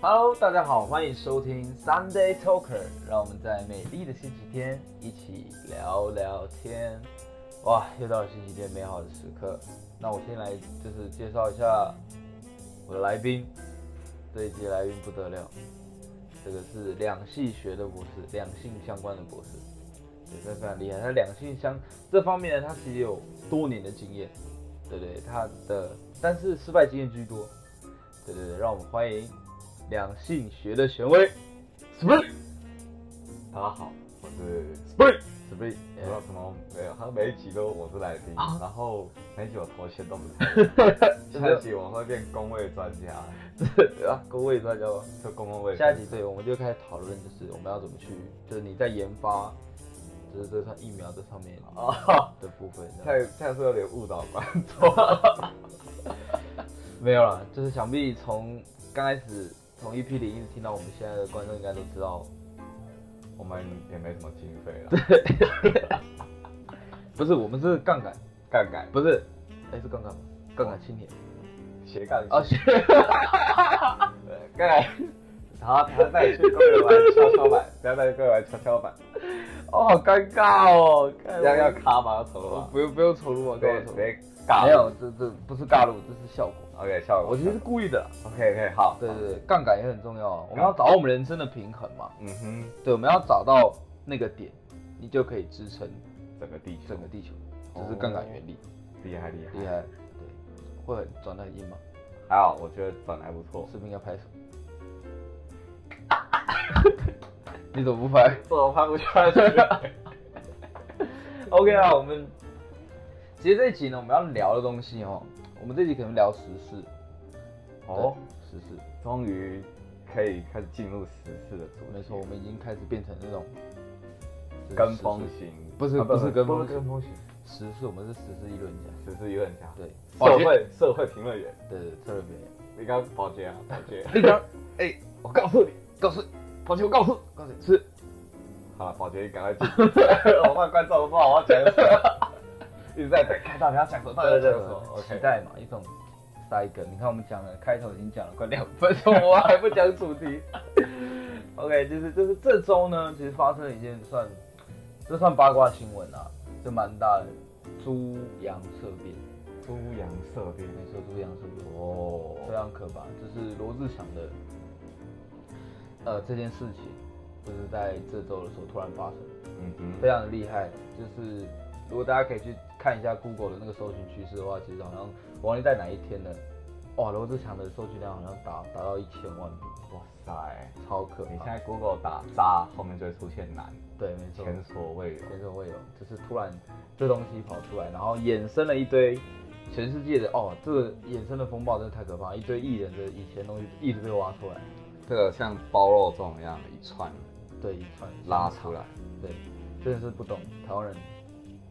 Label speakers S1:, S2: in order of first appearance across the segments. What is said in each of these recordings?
S1: Hello，大家好，欢迎收听 Sunday Talker，让我们在美丽的星期天一起聊聊天。哇，又到了星期天美好的时刻。那我先来就是介绍一下我的来宾，这一集来宾不得了，这个是两系学的博士，两性相关的博士，也是非常厉害。他两性相这方面呢，他其实有多年的经验，对不对？他的但是失败经验居多，对对对，让我们欢迎两性学的权威 Spring。
S2: 大家好，我是呃
S1: Spring Spring，
S2: 不知道什么没有，他每一集都我是来宾，
S1: 啊
S2: 然后每一集我头衔都不太 一样，下一集我会变工位专 家，
S1: 对啊，各位专家吗？
S2: 就公共卫生
S1: 下一集对，我们就开始讨论，就是我们要怎么去，就是你在研发，就是这上疫苗这上面
S2: 哦，
S1: 的部分。这样
S2: 太太是有点误导观众，
S1: 没有啦，就是想必从刚开始从 EP 零一直听到我们现在的观众应该都知道，
S2: 我们也没什么经费了，
S1: 不是我们是杠杆，
S2: 杠杆
S1: 不是，哎是杠杆吗？杠杆青年
S2: 斜杠呃
S1: 啊，
S2: 啊，
S1: 是
S2: 杠杆， 好，他带你去公园玩跷跷板，不要带去公园玩跷跷板，
S1: 哦好尴尬哦，看
S2: 要要
S1: 我
S2: 卡吗？要走路
S1: 我
S2: 吗？
S1: 不用不用重录啊，不
S2: 直
S1: 用
S2: 接
S1: 重
S2: 直
S1: 录，
S2: 接尬，
S1: 没有这这不是尬录，这是效果，
S2: ，OK，效果，
S1: 我其实是故意的啦。
S2: OK OK 好，
S1: 对对对，杠杆也很重要啊，我们要找到我们人生的平衡嘛，
S2: 嗯哼，
S1: 对，我们要找到那个点，你就可以支撑
S2: 整个地球
S1: 整个地球，这是杠杆原理，
S2: 厉害厉害
S1: 哦厉害，对，会很转的很硬吗？
S2: 还好，我觉得转的还不错。
S1: 是不是应该 拍手？你怎么不拍
S2: 这种拍不下去。
S1: ？OK 啊，我们其实这一集呢，我们要聊的东西哦，我们这集可能聊时事
S2: 哦，
S1: 对时事，
S2: 终于可以开始进入时事的主题，
S1: 没错，我们已经开始变成那种就是
S2: 跟风
S1: 时事
S2: 型
S1: 不是不是跟风
S2: 不是跟风型，
S1: 时事，我们是时事议论家，
S2: 只是有点像
S1: 对，
S2: 社会社会评论员，
S1: 对对，策略别人。
S2: 你刚刚保洁啊，保洁，
S1: 那个，哎、我告诉你，告诉你，跑球，我告诉你，告诉你是
S2: 好了，保洁你赶快进， 我怕观众不知道我要讲什么， 一直在等，看到底要讲什么，到底要讲什么
S1: 期
S2: ，OK，
S1: 待嘛，一种塞梗。你看我们讲了，开头已经讲了快两分钟，我还不讲主 题。OK，就是就是这周呢，其实发生了一件算，这算八卦新闻啊，就蛮大的，猪羊色变，
S2: 猪羊色变，
S1: 没错，猪羊色变，
S2: 哦，
S1: 非常可怕，就是罗志祥的，呃，这件事情，就是在这周的时候突然发生。
S2: 嗯哼，
S1: 非常的厉害。就是如果大家可以去看一下 Google 的那个搜寻趋势的话，其实好像我忘记在哪一天了，哇，罗志祥的搜寻量好像达达到一千万笔，
S2: 哇塞，
S1: 超可
S2: 你现
S1: 怕。
S2: 在 Google 打渣，后面就会出现男，
S1: 对，没错，
S2: 前所未有，
S1: 前所未有，就是突然这东西跑出来，然后衍生了一堆全世界的哦，这个衍生的风暴真的太可怕，一堆艺人的以前东西一直被挖出来，
S2: 这个像包肉粽一样的一串
S1: 对，一串
S2: 拉出来。
S1: 对，真的是不懂台湾人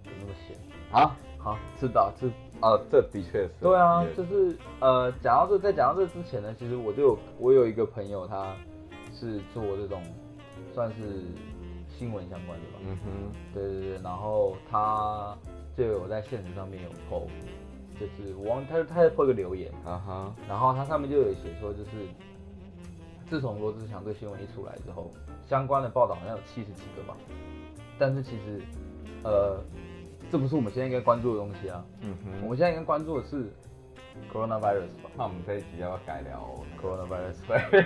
S1: 怎么那么闲。
S2: 啊
S1: 好，知道知
S2: 啊，这的确是。
S1: 对啊
S2: 也，
S1: 就是呃，讲到这，在讲到这之前呢，其实我就有我有一个朋友，他是做这种算是新闻相关的吧，
S2: 嗯哼，
S1: 对对对，然后他就有在现实上面有 po，就是我忘他他在 po 一个留言，
S2: 啊哈，
S1: 然后他上面就有写说，就是自从罗志祥这新闻一出来之后，相关的报道好像有七十几个吧，但是其实呃，这不是我们现在应该关注的东西啊，
S2: 嗯
S1: 我
S2: 哼。
S1: 们现在应该关注的是 coronavirus 吧
S2: 那我们这一集要不要改聊那个？
S1: ？coronavirus
S2: 对，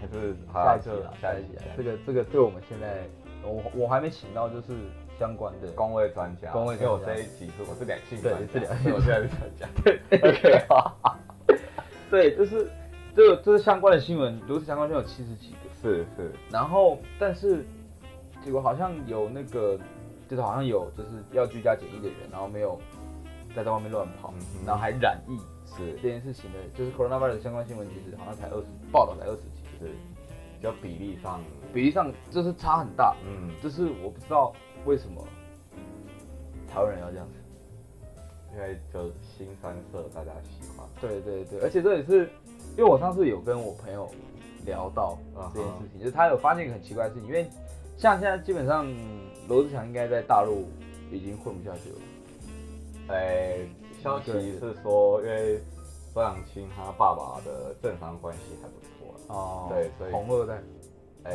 S2: 还是 好
S1: 下
S2: 啦
S1: 一集
S2: 就
S1: 啦，
S2: 下
S1: 下
S2: 一
S1: 一
S2: 集
S1: 集啦啊
S2: 下一集啊
S1: 这个这个对我们现在，我我还没请到就是相关的，
S2: 工位专家，啊
S1: 工位专家
S2: 因为我这一集是我是两性专家，
S1: 对是两性
S2: 所以我是两性专家。OK，好，
S1: 对，就是这个就是相关的新闻，如此相关新闻有七十几个，
S2: 是是，
S1: 然后但是结果好像有那个，就是好像有就是要居家检疫的人，然后没有在在外面乱跑，
S2: 嗯哼
S1: 然后还染疫
S2: 是
S1: 这件事情的，就是 coronavirus 的相关新闻其实好像才二十，报道才二十几个，
S2: 是，就比例上，
S1: 比例上就是差很大，
S2: 嗯，
S1: 就是我不知道为什么台湾人要这样子。
S2: 因为就新三色大家喜欢，
S1: 对对对，而且这也是因为我上次有跟我朋友聊到
S2: 啊哈
S1: 这件事情，就是他有发现一个很奇怪的事情，因为像现在基本上罗志祥应该在大陆已经混不下去了，
S2: 哎，消息是说，因为周扬青他爸爸的政商关系还不错啊。
S1: 哦，
S2: 对所以
S1: 红二代，
S2: 哎、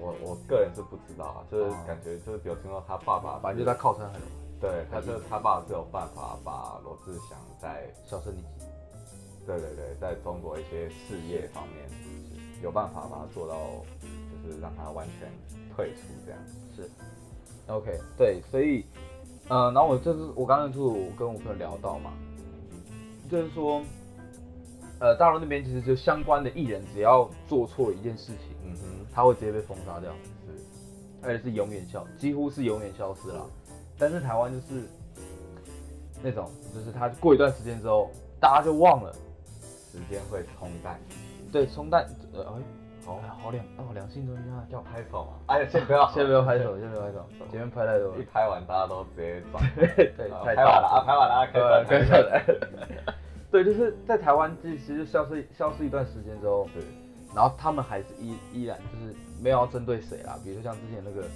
S2: 我我个人是不知道啊，就是
S1: 哦
S2: 感觉就是有听到他爸爸，
S1: 反正就是他靠山很容易，
S2: 对，他就是他爸是有办法把罗志祥在
S1: 小胜利基。
S2: 对对对，在中国一些事业方面，就是有办法把它做到，就是让它完全退出这样。
S1: 是，OK，对，所以，呃，然后我这次我刚刚就是我跟我朋友聊到嘛，就是说，呃，大陆那边其实就相关的艺人，只要做错一件事情，
S2: 嗯哼，
S1: 他会直接被封杀掉，
S2: 是，
S1: 而且是永远消，几乎是永远消失了。但是台湾就是那种，就是他过一段时间之后，大家就忘了，
S2: 时间会冲淡。
S1: 对，冲淡，呃，哎，
S2: 好
S1: 哎，好两，哦，两性专家叫，
S2: 拍手嘛？哎，先不要，
S1: 先不要拍手，先不要拍手，前面拍太多了
S2: 一，拍完大家都直接转。
S1: 对，
S2: 啊
S1: 太
S2: 拍
S1: 大
S2: 完
S1: 了
S2: 了。 啊，拍完了啊，可以
S1: 呃，
S2: 转
S1: 跟
S2: 开
S1: 上来。 对，就是在台湾其实消失消失一段时间之后，
S2: 是，
S1: 然后他们还是依依然就是没有要针对谁啦，比如说像之前那个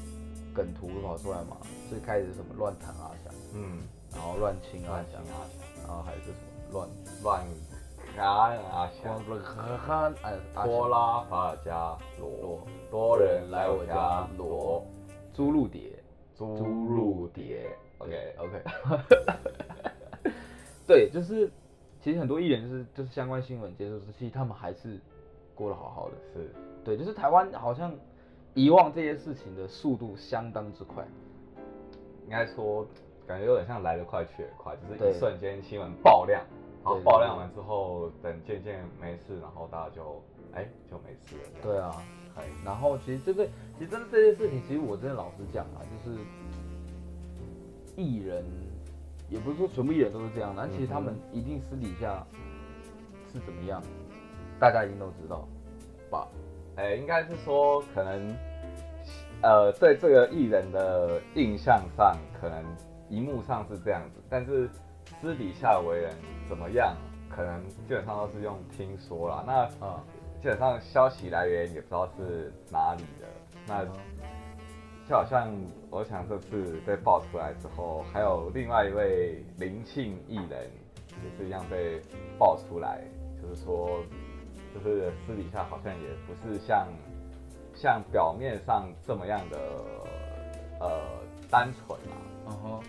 S1: 梗图跑出来嘛，最开始什么乱弹阿翔，
S2: 嗯，
S1: 然后乱亲阿
S2: 乱
S1: 翔
S2: 行，啊，
S1: 然后还有就是什么乱
S2: 乱砍啊，
S1: 光
S2: 想
S1: 了呵呵哎阿
S2: 拖
S1: 翔
S2: 拉法家罗，多人来我家罗，
S1: 猪鹿蝶
S2: 猪
S1: 猪
S2: 入
S1: 入
S2: 蝶。OK，
S1: ，OK，对，就是其实很多艺人就是就是相关新闻接触之际，他们还是过得好好的。
S2: 是，
S1: 对，就是台湾好像遗忘这些事情的速度相当之快。
S2: 应该说感觉有点像来得快去得快，就是
S1: 对
S2: 一瞬间新闻爆量，然后
S1: 对
S2: 爆量完之后，等渐渐没事，然后大家就哎就没事了。
S1: 对啊，
S2: 哎，
S1: 然后其实这个，其实真的这些事情，其实我真的老实讲啊，就是艺人，也不是说全部艺人都是这样的，但其实他们一定私底下是怎么样，大家一定都知道吧？
S2: 哎、应该是说可能，呃，对这个艺人的印象上，可能荧幕上是这样子，但是私底下为人怎么样，可能基本上都是用听说啦。那
S1: 啊，
S2: 基本上消息来源也不知道是哪里的，
S1: 哎
S2: 那
S1: 嗯
S2: 就好像我想这次被爆出来之后，还有另外一位林姓艺人也是一样被爆出来，就是说，就是私底下好像也不是像像表面上这么样的呃单纯啊啦、
S1: 嗯哼，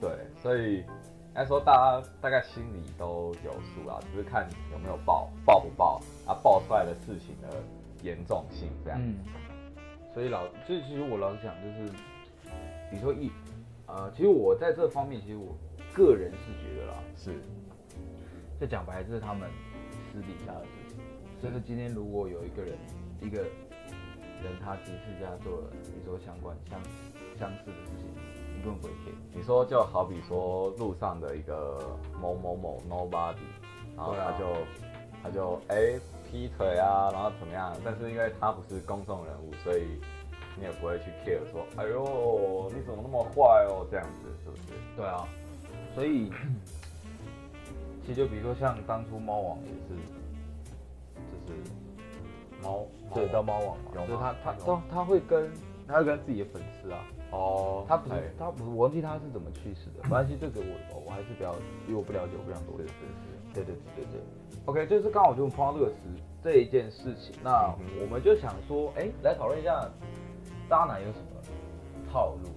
S2: 对，所以应该说大家大概心里都有数啦，只是看有没有爆，爆不爆啊，爆出来的事情的严重性这样。
S1: 嗯，所以老，这其实我老实讲，就是比如说艺，呃，其实我在这方面，其实我个人是觉得啦，
S2: 是，
S1: 这讲白了这是他们私底下的事情。就是今天如果有一个人，一个人他只是家做了你说相关相相似的事情，你根本不会 care。
S2: 你说就好比说路上的一个某某某 nobody，然后
S1: 对啊
S2: 他就、他就哎、劈腿啊，然后怎么样？但是因为他不是公众人物，所以你也不会去 care 说，哎呦你怎么那么坏哦这样子，是不是？
S1: 对啊，所以其实就比如说像当初猫王也是，
S2: 就是猫
S1: 对，
S2: 猫
S1: 到猫王嘛，
S2: 有吗
S1: 就是他他
S2: 有
S1: 他他会跟他会跟自己的粉丝啊，
S2: 哦，
S1: 他不是
S2: 哎
S1: 他不是我忘记他是怎么去世的，没关系，这个我我还是不要，因为我不了解，我不想多
S2: 是
S1: 聊
S2: 是。是，
S1: 对对对对对，OK，就是刚好就碰到这个词这一件事情，那
S2: 嗯哼
S1: 我们就想说，哎、来讨论一下渣男有什么套路？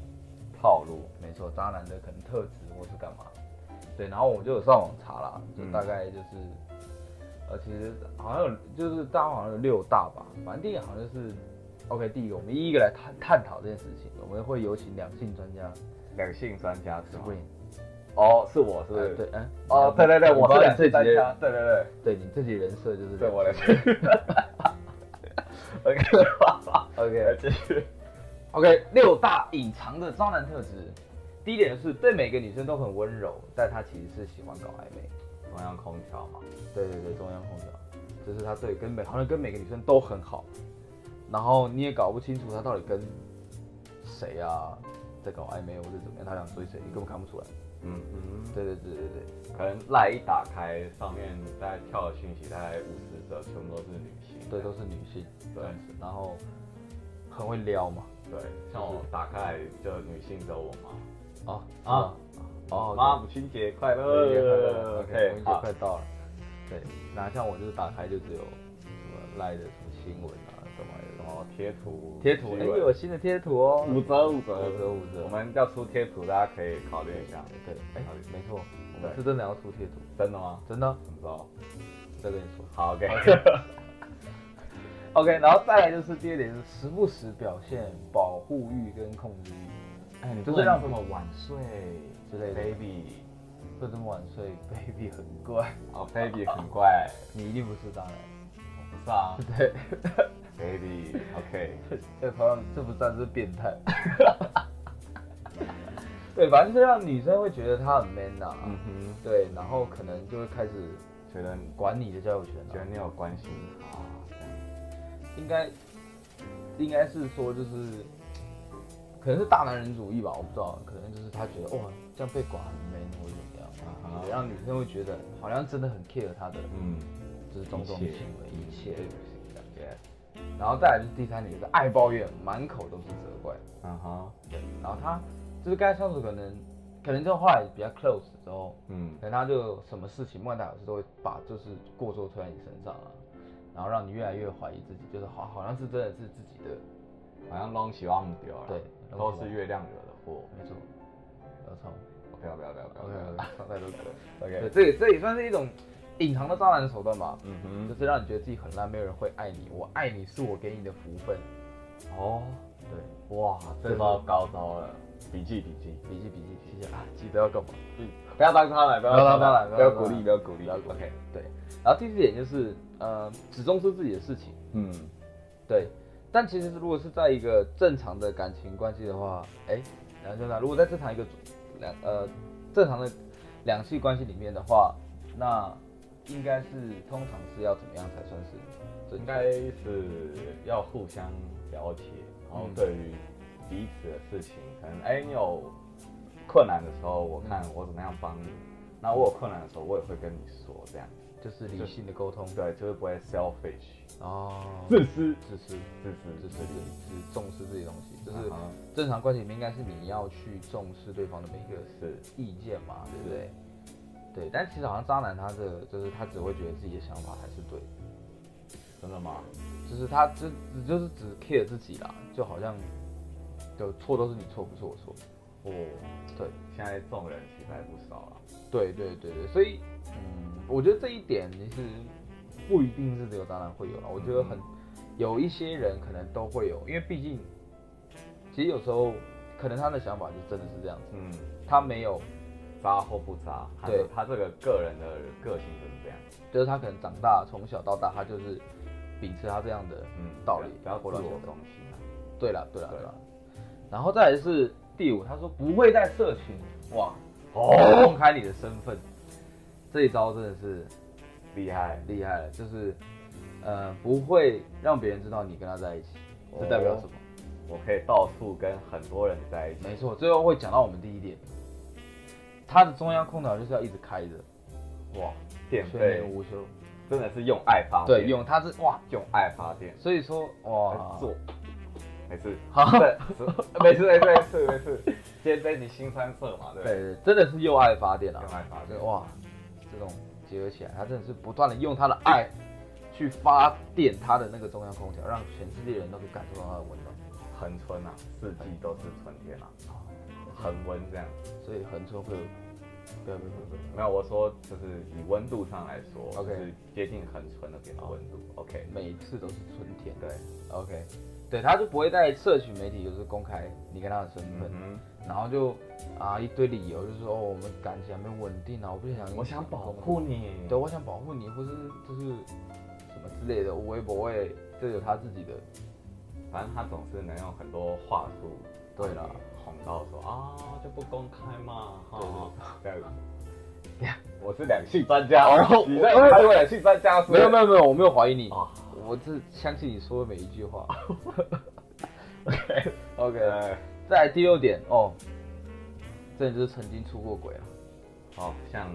S2: 套路。
S1: 没错，渣男的可能特质或是干嘛？对，然后我们就有上网查啦，就
S2: 嗯
S1: 大概就是，呃，其实好像有就是大概好像有六大吧，反正第一个好像就是，OK，第一个我们一个来探探讨这件事情，我们会有请两性专家
S2: 两性专家是吗
S1: Spring，
S2: 哦，是我是不
S1: 呃
S2: 是？
S1: 对，哎、
S2: 哦，对对对，我
S1: 你
S2: 是
S1: 把你
S2: 两
S1: 自己
S2: 性专家
S1: 的，，
S2: 对对对，
S1: 对你自己人设就是
S2: 对我
S1: 的
S2: 来说。OK，
S1: ，OK，
S2: 继续。
S1: OK，六大隐藏的渣男特质，第一点是对每个女生都很温柔，但他其实是喜欢搞暧昧。
S2: 中央空调嘛，
S1: 对对对，中央空调，就是他对跟每好像跟每个女生都很好，然后你也搞不清楚他到底跟谁啊在搞暧昧，或者怎么样，他想追谁，你根本看不出来。
S2: 嗯嗯，
S1: 对对对对对，
S2: 可能赖一打开，上面大概跳的讯息大概五十则，全部都是女性。
S1: 对都是女性这
S2: 对
S1: 样子，然后很会撩嘛。
S2: 对，像我打开就女性只有我妈。
S1: 哦
S2: 啊
S1: 哦，
S2: 妈，母亲节快
S1: 对对对对
S2: 乐
S1: 呃，OK，母亲节
S2: 好
S1: 快到了。对，哪像我就是打开就只有什么赖的什么新闻啊，什么
S2: 什么贴图、
S1: 贴图，哎，
S2: 新闻
S1: 有新的贴图哦，
S2: 五折五折
S1: 五折五折
S2: 我们要出贴图，大家可以考虑一下。
S1: 对，哎
S2: 考虑，
S1: 没错，我们
S2: 对
S1: 是真的要出贴图，
S2: 真的吗？
S1: 真的，
S2: 怎么着？
S1: 再跟你说。
S2: 好，OK。
S1: OK，然后再来就是第二点，是时不时表现保护欲跟控制欲，
S2: 哎，你
S1: 就
S2: 不
S1: 是
S2: 能
S1: 让
S2: 这么晚睡
S1: 之类的
S2: baby。
S1: 不能晚睡，baby 很乖，
S2: 哦，baby 很乖，
S1: 你一定不是当然，
S2: 不是啊。
S1: 对，
S2: baby，OK。
S1: 这哎好像这不算是变态，对，反正就让女生会觉得她很 man 呐、
S2: 嗯哼，
S1: 对，然后可能就会开始
S2: 觉得你
S1: 管你的交友圈
S2: 觉得
S1: 了，
S2: 你有关心他，
S1: 应该应该是说就是，可能是大男人主义吧，我不知道，可能就是他觉得哇这样被管很 man 或者怎么样，
S2: 啊哈
S1: 对让女生会觉得好像真的很 care 她的
S2: 嗯，
S1: 就是种种行为一切
S2: 对
S1: 感觉，然后再来就是第三点，就是爱抱怨，满口都是责怪，
S2: 嗯哼，
S1: 对，然后他就是跟他相处可能可能就后来比较 close 之后，
S2: 嗯
S1: 可能他就什么事情莫大老师都会把就是过错推在你身上啊，然后让你越来越怀疑自己，就是好好像是真的是自己的，
S2: 好像拢是我唔对啦，
S1: 对
S2: 啊都是月亮惹的祸。
S1: 没错，要唱
S2: 不要不要不要不要不要
S1: ，OK，唱太多歌对，
S2: ，OK，
S1: 这也这也算是一种隐藏的渣男手段吧，
S2: 嗯
S1: 就
S2: 哼，
S1: 是让你觉得自己很烂，没有人会爱你，我爱你是我给你的福分，
S2: 哦，
S1: 对，
S2: 哇，这招高招了，笔记笔记，
S1: 笔记笔记记下来，记得要干嘛？
S2: 不要当他了，不
S1: 不要当
S2: 要
S1: 他
S2: 他
S1: 了嗯
S2: 了，
S1: 不
S2: 不
S1: 要
S2: 要
S1: 当
S2: 鼓
S1: 他了
S2: 励不要鼓励
S1: 鼓励
S2: ，OK，
S1: 对，然后第四点就是呃，只重视自己的事情。
S2: 嗯，
S1: 对，但其实如果是在一个正常的感情关系的话，哎，两性关系如果在正常一个两呃正常的两性关系里面的话，那应该是通常是要怎么样才算是正确？
S2: 应该是要互相了解，然后
S1: 嗯
S2: 对于彼此的事情，可能哎、你有困难的时候，我看我怎么样帮你，那我有困难的时候，我也会跟你说，这样，
S1: 就是理性的沟通。
S2: 对，就是不会 selfish，
S1: 哦，
S2: 自私，
S1: 自私，
S2: 自
S1: 自
S2: 私，
S1: 私，只重视这些东西，就
S2: 就是是
S1: 正常关系里面应该是你要去重视对方的每一个
S2: 是，
S1: 意见嘛，对不对？对，但其实好像渣男他的就是他只会觉得自己的想法才是对的。
S2: 真的吗？
S1: 就是他只只就是只 care 自己啦，就好像就错都是你错，不是我错。哦
S2: 我
S1: 对
S2: 现在这种人其实还不少啊了，
S1: 对对对对，所以嗯，我觉得这一点其实不一定是只有渣男会有啦，我觉得很有一些人可能都会有，因为毕竟其实有时候可能他的想法就真的是这样子，
S2: 嗯，
S1: 他没有，
S2: 渣或不渣，他
S1: 对
S2: 这他这个个人的个性就是这样，
S1: 就是他可能长大从小到大他就是秉持他这样的
S2: 嗯，
S1: 道理，
S2: 不要不
S1: 活到
S2: 要自
S1: 现
S2: 我
S1: 在
S2: 中心啊，
S1: 对了，对了，
S2: 对
S1: 对了。然后再来是第五，他说不会在社群哇
S2: 哦
S1: 公开你的身份，这一招真的是
S2: 厉害，
S1: 厉害了，就是呃不会让别人知道你跟他在一起，
S2: 哦
S1: 这代表什么？
S2: 我可以到处跟很多人在一起。
S1: 没错，最后会讲到我们第一点，他的中央空调就是要一直开着，
S2: 哇，电
S1: 全
S2: 费
S1: 年无休，
S2: 真的是用爱发电，
S1: 对，用他是哇，
S2: 用爱发电，
S1: 所以说哇，
S2: 做，没事，
S1: 好
S2: 对没 事没事没事没事，今天这一集新三色嘛，对不
S1: 对
S2: 对？
S1: 对，真的是又爱发电啊
S2: 用，爱发
S1: 这
S2: 电
S1: 个，哇，这种结合起来，他真的是不断的用他的爱去发电他的那个中央空调，让全世界人都可以感受到他的温暖，
S2: 恒春啊，四季都是春天啊，恒温这样。
S1: 所以恒春会有，对对对
S2: 没有，我说就是以温度上来说
S1: OK 哦
S2: 就是接近恒春那边的温度。OK，
S1: 对，每一次都是春天
S2: 对，
S1: ，OK，对，他就不会在社群媒体就是公开你跟他的身
S2: 嗯
S1: 份，
S2: 哼，
S1: 然后就啊一堆理由，就是说、哦、我们感情还没有稳定啊，我不想跟你
S2: 我想保护你，
S1: 对，我想保护你，或是就是什么之类的，无微不为，这有他自己的，
S2: 反正他总是能用很多话术，
S1: 对啦，
S2: 哄到说啊就不公开嘛，
S1: 对
S2: 哈
S1: 对，
S2: 这样子。 我是两性专家，哦
S1: 哦，
S2: 你在开我两性专家是？
S1: 没有没有没有，我没有怀疑你。
S2: 啊
S1: 我是相信你说的每一句话。
S2: ，OK
S1: OK，
S2: OK，
S1: 再来第六点哦，这就是曾经出过轨了。啊
S2: 好像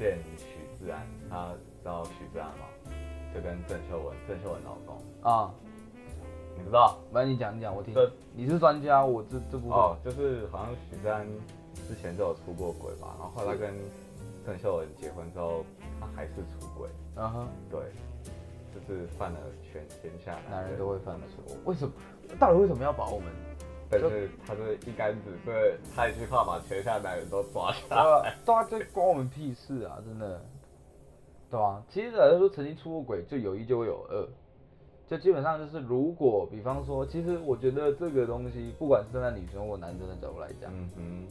S2: 练许志安，他知道许志安吗？就跟郑秀文，郑秀文老公，
S1: 啊，
S2: 你不知道？
S1: 反正你讲你讲，我听
S2: 这。
S1: 你是专家，我这这部分、
S2: 哦，就是好像许志安之前就有出过轨吧，然后后来
S1: 是
S2: 跟郑秀文结婚之后，他还是出轨，
S1: 嗯哼，
S2: 对，就是犯了全天下
S1: 男人都会犯的
S2: 错
S1: 错误，为什么？到底为什么要把我们？
S2: 但是他是一竿子，对，他一句话把全下男人都抓下来。
S1: 呃，对啊，这关我们屁事啊！真的，对啊，其实老实说，曾经出过轨，就有一就会有二，就基本上就是，如果比方说，其实我觉得这个东西，不管是站在女生或男生的角度来讲，
S2: 嗯哼，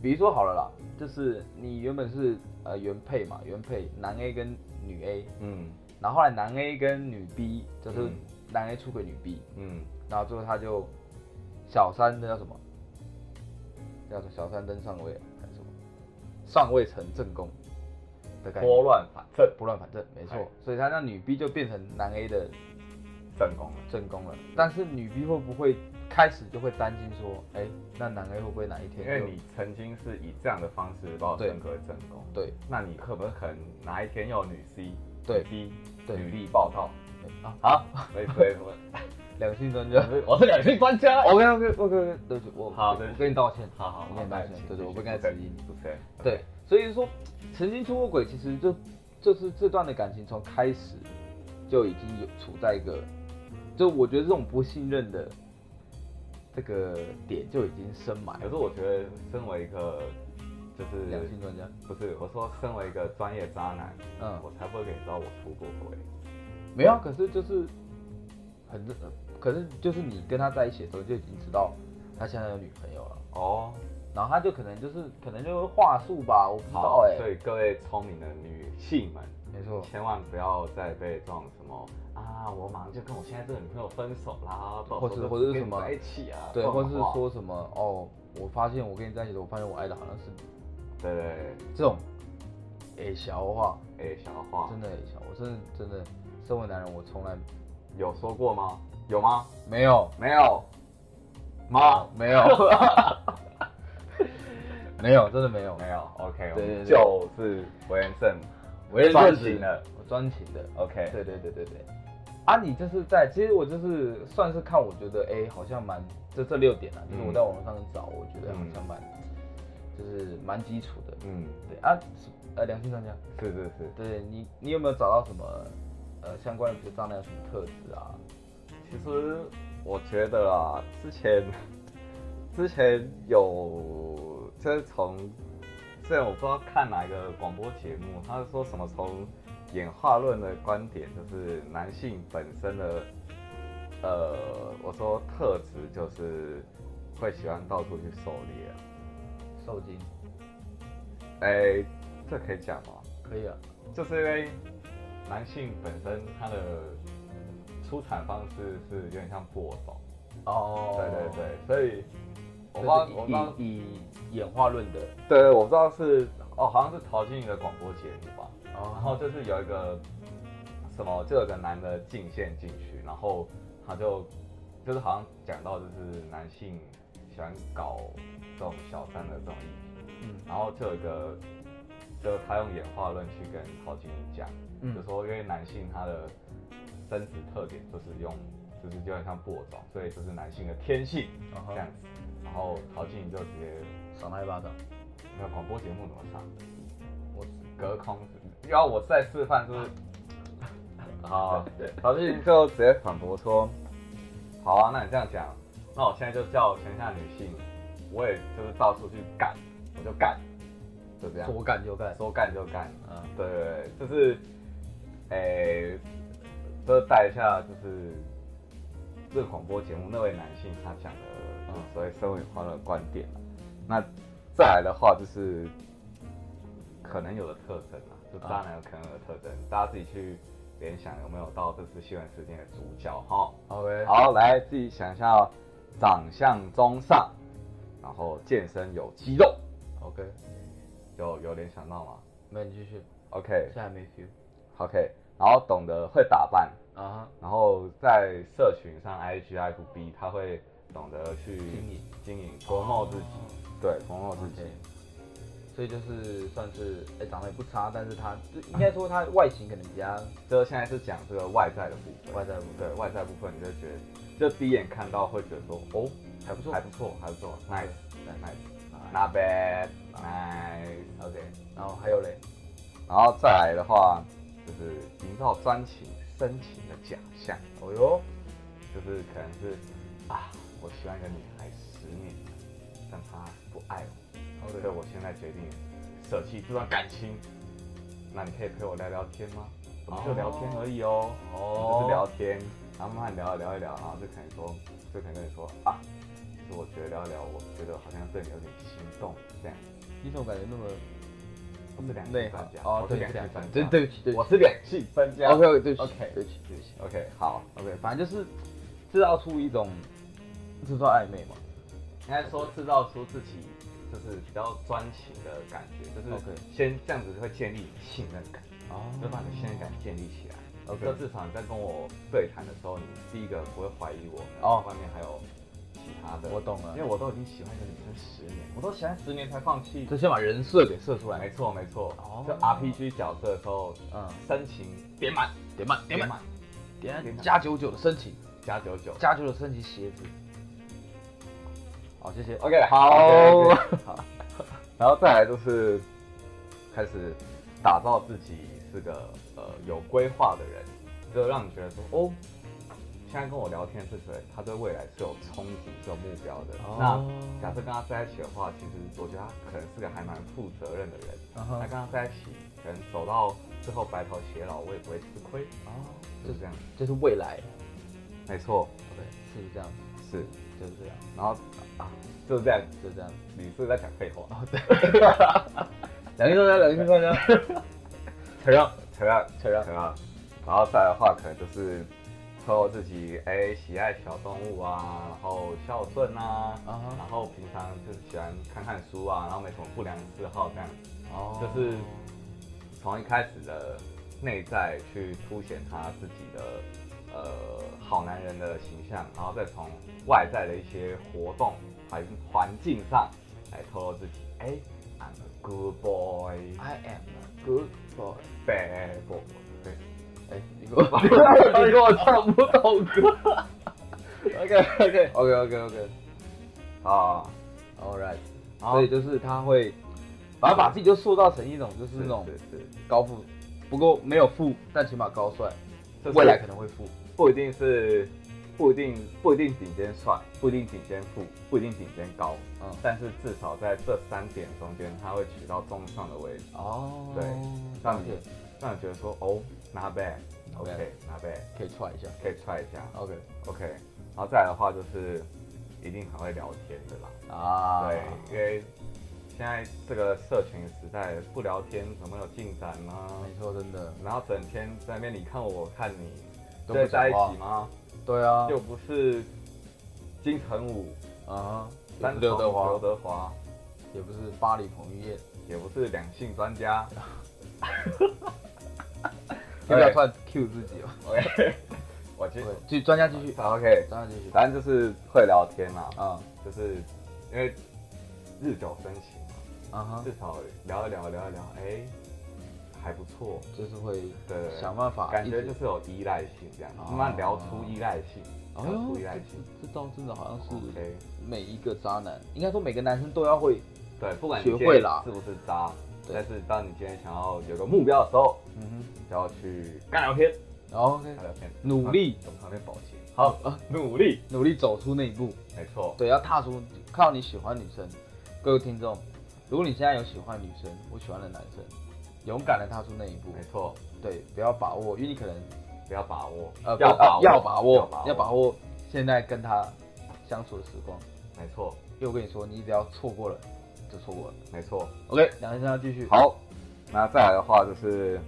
S1: 比如说好了啦，就是你原本是呃原配嘛，原配男 A 跟女 A，
S2: 嗯
S1: 然后后来男 A 跟女 B，就是
S2: 嗯
S1: 男 A 出轨女 B，
S2: 嗯，
S1: 然后最后他就小三那叫什么？叫做小三登上位还是什么？上位成正宫的概念，
S2: 拨乱反正，
S1: 拨乱反正，没错
S2: 哦哎。
S1: 所以他那女 B 就变成男 A 的
S2: 正啊宫了。
S1: 正宫了。但是女 B 会不会开始就会担心说，哎、那男 A 会不会哪一天
S2: 因
S1: 就
S2: 为你曾经是以这样的方式把我
S1: 嗯对
S2: 升格为正宫，
S1: 对
S2: 那你可不可能哪一天又有女 C、
S1: 对
S2: 女 D、
S1: 对
S2: 女力报 道
S1: 对啊
S2: 啊？所以所以我？
S1: 两性专家
S2: 我是两性专家。
S1: OK OK OK OK，对不起，我
S2: 好
S1: 我
S2: 对不起
S1: 跟你道歉，
S2: 好好，
S1: 我跟你道歉，对对，我不
S2: 不
S1: 该质疑你。
S2: 主持人。
S1: 对，所以说曾经出过轨，其实就就是这段的感情从开始就已经有处在一个，就我觉得这种不信任的这个点就已经深埋
S2: 可
S1: 了。
S2: 是我觉得，身为一个就是
S1: 两性专家，
S2: 不是我说，身为一个专业渣男，
S1: 嗯
S2: 我才不会给你知道我出过轨。
S1: 没有啊，可是就是很，呃可是就是你跟他在一起的时候就已经知道他现在有女朋友了，
S2: 哦，
S1: 然后他就可能就是可能就是话术吧，我不知道
S2: 好，
S1: 哎、哦
S2: 所以各位聪明的女性们，
S1: 没错，
S2: 千万不要再被这种什么啊，我马上就跟我现在这个女朋友分手啦，
S1: 或是
S2: 到时候就
S1: 或者是
S2: 跟
S1: 什么
S2: 你在一起啊，
S1: 对，
S2: 这种
S1: 或是
S2: 话
S1: 说什么哦，我发现我跟你在一起的时候，我发现我爱的好像是你。
S2: 对对对，
S1: 这种诶小话，
S2: 哎、小花
S1: 真的诶小，我真的真的，身为男人，我从来
S2: 有说过吗？有吗？
S1: 没有，
S2: 没有，吗？
S1: 没有， 没有，真的没有，
S2: 没有，OK，
S1: 对对对
S2: 就是为人正，专情了
S1: 我专情的。
S2: ，OK，
S1: 对对对对对。啊，你就是在，其实我就是算是看，我觉得哎、好像蛮这这六点啊，就是我在网络上找，我觉得好像蛮，就是蛮基础的。
S2: 嗯，
S1: 对啊，呃，良性专家，
S2: 是是是，
S1: 对你你有没有找到什么呃相关的，比如渣男有什么特质啊？
S2: 其实我觉得啊，之前 之前有就是从，虽然我不知道看哪一个广播节目，他是说什么从演化论的观点，就是男性本身的，呃，我说特质就是会喜欢到处去狩猎啊，
S1: 受精
S2: 哎、这可以讲吗？
S1: 可以啊。
S2: 就是因为男性本身他的出产方式是有点像播种。
S1: 哦
S2: 对对，对，所以我
S1: 我
S2: 不知道，我不知
S1: 帮
S2: 道，
S1: 以以演化论的，
S2: 对，我不知道是哦，好像是陶晶莹的广播节目吧。然
S1: 然
S2: 后就是有一个什么，就有个男的进线进去，然后他就就是好像讲到就是男性喜欢搞这种小三的这种议题，
S1: 嗯
S2: 然后就有一个就是他用演化论去跟陶晶莹讲，
S1: 嗯
S2: 就说因为男性他的生殖特点就是用就是有点像播种，所以就是男性的天性
S1: 嗯哼
S2: 这样子。然后陶晶莹就直接，
S1: 赏他一巴掌，
S2: 那广播节目怎么上？
S1: 我
S2: 隔空，要我再示范是不是？好，陶晶莹就直接反驳说：“好啊，那你这样讲，那我现在就叫全下女性，我也就是到处去干，我就干，就这样，
S1: 说干就干，
S2: 说干就干。
S1: 啊，
S2: 对对对，就是，诶、就是带一下，就是这个广播节目那位男性他讲的，就是所谓生活化的观点啊那再来的话就是，可能有的特征啊，就渣男有可能有的特征，大家自己去联想有没有到这次新闻事件的主角哈。
S1: OK，
S2: 好，来自己想一下哦，长相中上，然后健身有肌肉，
S1: ，OK，
S2: 有有联想到吗
S1: 那你继续，
S2: ？OK，
S1: 现在没 feel
S2: OK，然后懂得会打扮，
S1: 啊哈，
S2: 然后在社群上 IG、FB，他会懂得去
S1: 经营
S2: 经营，琢磨自己，对，琢磨自己
S1: OK，所以就是算是哎长得也不差，但是他就应该说他外形可能比较
S2: 就是现在是讲这个外在的部分，
S1: 外在部分
S2: 对外在部分，你就觉得，就第一眼看到会觉得说，哦，
S1: 还不错
S2: 还不错，还不错
S1: 对
S2: ，nice，nice，not
S1: 啊
S2: bad，nice，OK，
S1: 然后还有嘞，
S2: 然后再来的话，就是营造专情深情的假象，
S1: 哦哟，
S2: 就是可能是啊，我喜欢一个女孩十年了，但她不爱我，所以我现在决定舍弃这段感情。那你可以陪我聊聊天吗？我们就聊天而已哦，我们就是聊
S1: 哦，
S2: 天，然后慢慢聊聊一聊，然后就可能说，就可能跟你说啊，其实我觉得聊一聊，我觉得好像对你有点心动这样。
S1: 你怎么感觉那么
S2: 我是两性
S1: 内
S2: 专
S1: 行
S2: 家，？
S1: 哦，
S2: 我是
S1: 对，
S2: 两
S1: 是
S2: 性
S1: 两
S2: 专家，
S1: 对对不起，对不
S2: 我
S1: 起
S2: 是两性专家。
S1: ，OK，对不起
S2: OK
S1: 对不起，对不起
S2: OK，好，
S1: ，OK，反正就是制造出一种制造暧昧嘛，
S2: 应该说制造出自己就是比较专情的感觉，就是
S1: OK
S2: 先这样子会建立信任感，
S1: 哦
S2: 就把你信任感建立起来。
S1: OK
S2: 就至少你在跟我对谈的时候，你第一个不会怀疑我，
S1: 哦
S2: 外面还有其他的。
S1: 我懂了
S2: 因为我都已经喜欢一个女生十年，我都喜欢十年才放弃。
S1: 就先把人设给设出来，
S2: 没错没错，
S1: 哦
S2: 就 RPG 角色的时候，
S1: 嗯，
S2: 深情
S1: 点满，点满，点满，
S2: 满点
S1: 点
S2: 满
S1: 加九九的申请，
S2: 加九九。
S1: 加九九的申请鞋子。好，谢谢。
S2: OK，
S1: 好
S2: OK，OK，好，然后再来就是开始打造自己是个呃有规划的人，就让你觉得说哦，现在跟我聊天是谁，他对未来是有憧憬、是有目标的。
S1: 哦
S2: 那假设跟他在一起的话，其实我觉得他可能是个还蛮负责任的人。
S1: 嗯
S2: 他
S1: 哼
S2: 跟他在一起，可能走到最后白头偕老，我也不会吃亏，
S1: 哦，
S2: 就是这样。
S1: 就是未来
S2: 没错，
S1: ，OK，是这样子，
S2: 是。
S1: 就是这样，
S2: 然后啊，就是这样，
S1: 就是这样。
S2: 你是不是在讲废话？
S1: 两性专家，两性专家，
S2: 承认，承认，
S1: 承认
S2: 承认。然后再来的话，可能就是透过自己哎、喜爱小动物啊，然后孝顺啊
S1: 啊哈
S2: 然后平常就是喜欢看看书啊，然后没什么不良嗜好这样，
S1: 哦
S2: 就是从一开始的内在去凸显他自己的呃好男人的形象，然后再从外在的一些活动环环境上来透露自己哎、i m a good boy。
S1: I am a good boy。
S2: 对，不，对，
S1: 哎，你给我， 你给我唱不到歌。OK OK OK OK OK。
S2: 啊，
S1: All right，
S2: 好
S1: 所以就是他会，反正把自己就塑造成一种就是
S2: 是
S1: 那种
S2: 是是，
S1: 高富，不过没有富，但起码高帅，
S2: 就是
S1: 未来可能会富。
S2: 不一定是，不一定不一定顶尖帅，不一定顶尖富，不一定顶尖高，
S1: 嗯，
S2: 但是至少在这三点中间，他会取到中上的位置，
S1: 哦，
S2: 对
S1: 那
S2: 让你让你觉得说哦，not
S1: Not
S2: bad，OK，not
S1: bad
S2: bad，
S1: 可以踹一下。
S2: 可以 try 一下
S1: OK，
S2: ，OK，然后再来的话就是，一定很会聊天的啦。
S1: 啊，
S2: 对，因为现在这个社群时代，不聊天怎么有进展呢？
S1: 没错，真的，
S2: 然后整天在那边你看我，我看你，
S1: 都
S2: 对
S1: 不
S2: 在一
S1: 讲话
S2: 起吗？
S1: 对啊，
S2: 又不是金城武、
S1: 啊，也
S2: 三
S1: 不是刘德
S2: 刘
S1: 华，
S2: 德华，
S1: 也不是巴黎彭于晏，
S2: 也不是两性专家。
S1: 要不要突然 Q 自己哦？
S2: OK，我继续。
S1: 对，继续专家继续，
S2: OK，
S1: 专家继续，
S2: 反正就是会聊天嘛，
S1: 啊
S2: 就是因为日久生情嘛，
S1: 啊哈
S2: 至，少聊一聊聊一聊，哎、还不错。
S1: 就是会
S2: 对，
S1: 想办法
S2: 感
S1: 一
S2: 觉
S1: 直
S2: 就是有依赖性这样，
S1: 哦
S2: 慢慢聊出依赖性，
S1: 哎
S2: 聊
S1: 呦
S2: 出依赖性。
S1: 这这招真的好像是
S2: 哦 OK，
S1: 每一个渣男，应该说每个男生都要会，
S2: 对，不管你
S1: 学
S2: 今天
S1: 会啦
S2: 是不是渣，
S1: 对
S2: 但是当你今天想要有个目标的时候，
S1: 嗯
S2: 你就要去干聊天，
S1: 哼，OK，
S2: 干聊天，啊
S1: 努力
S2: 从旁边保洁，好，努力，
S1: 努力走出那一步，
S2: 没错，
S1: 对，要踏出，看到你喜欢女生，各位听众，如果你现在有喜欢女生，我喜欢的男生，勇敢的踏出那一步
S2: 没，错，
S1: 对，不要把握，因为你可能
S2: 不要把握，
S1: 呃
S2: 要
S1: 不
S2: 把握，
S1: 要把
S2: 要
S1: 握
S2: 把，握
S1: 要把握现在跟他相处的时光，
S2: 没错，
S1: 因为我跟你说，你只要错过了，就错过了。
S2: 没错。
S1: OK，两先生要继续。
S2: 好，那再来的话就是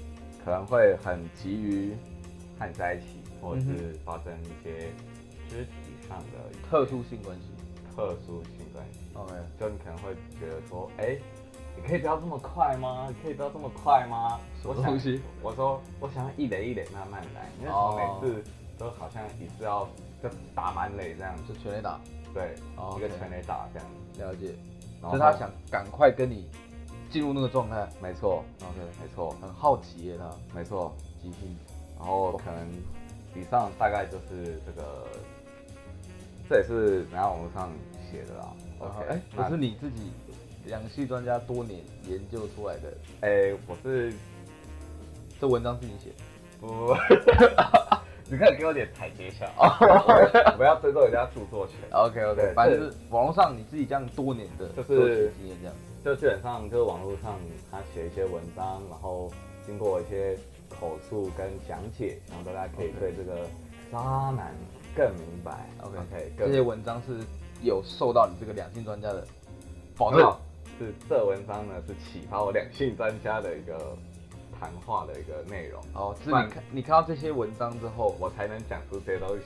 S2: 可能会很急于和你在一起，或者是发生一些肢体上的一些
S1: 特殊性关系。
S2: 特殊性关系。
S1: OK，
S2: 就你可能会觉得说，哎、你可以不要这么快吗？你可以不要这么快吗？
S1: 什么
S2: 我想
S1: 东西，
S2: 我说我想要一垒一垒慢慢来，你为什
S1: 哦
S2: 么每次都好像一次要就打满垒这样子？
S1: 就全垒打，
S2: 对，
S1: 哦
S2: 一个
S1: OK
S2: 全垒打这样子。
S1: 了解。就
S2: 然后
S1: 是他想赶快跟你进入那个状态。
S2: 没错，
S1: OK，
S2: 没错，
S1: 很好奇耶，他
S2: 没错。
S1: 即兴。
S2: 然后可能以上大概就是这个，这也是人家网络上写的啦。OK，
S1: 哎，
S2: 那
S1: 可是你自己两性专家多年研究出来的
S2: 哎、我是
S1: 这文章自己写的。
S2: 不， 你看给我点台阶下啊！我们要尊重人家著作权，
S1: OK
S2: 对
S1: OK，反正就是网络上你自己这样多年的
S2: 就是
S1: 作曲经验这样。
S2: 就基本上就是网络上他写一些文章，然后经过一些口述跟讲解，然后大家可以对这个渣男更明白。
S1: OK
S2: OK，
S1: 这
S2: 更
S1: 些文章是有受到你这个两性专家的保
S2: 没
S1: 证
S2: 有。是这文章呢是启发我两性专家的一个谈话的一个内容，
S1: 哦，就是
S2: 不然
S1: 你看你看到这些文章之后，
S2: 我才能讲出这些东西。